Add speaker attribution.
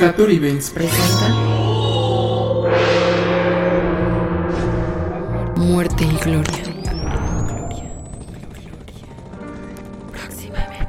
Speaker 1: Hattori Events
Speaker 2: presenta Muerte y Gloria. Próximamente.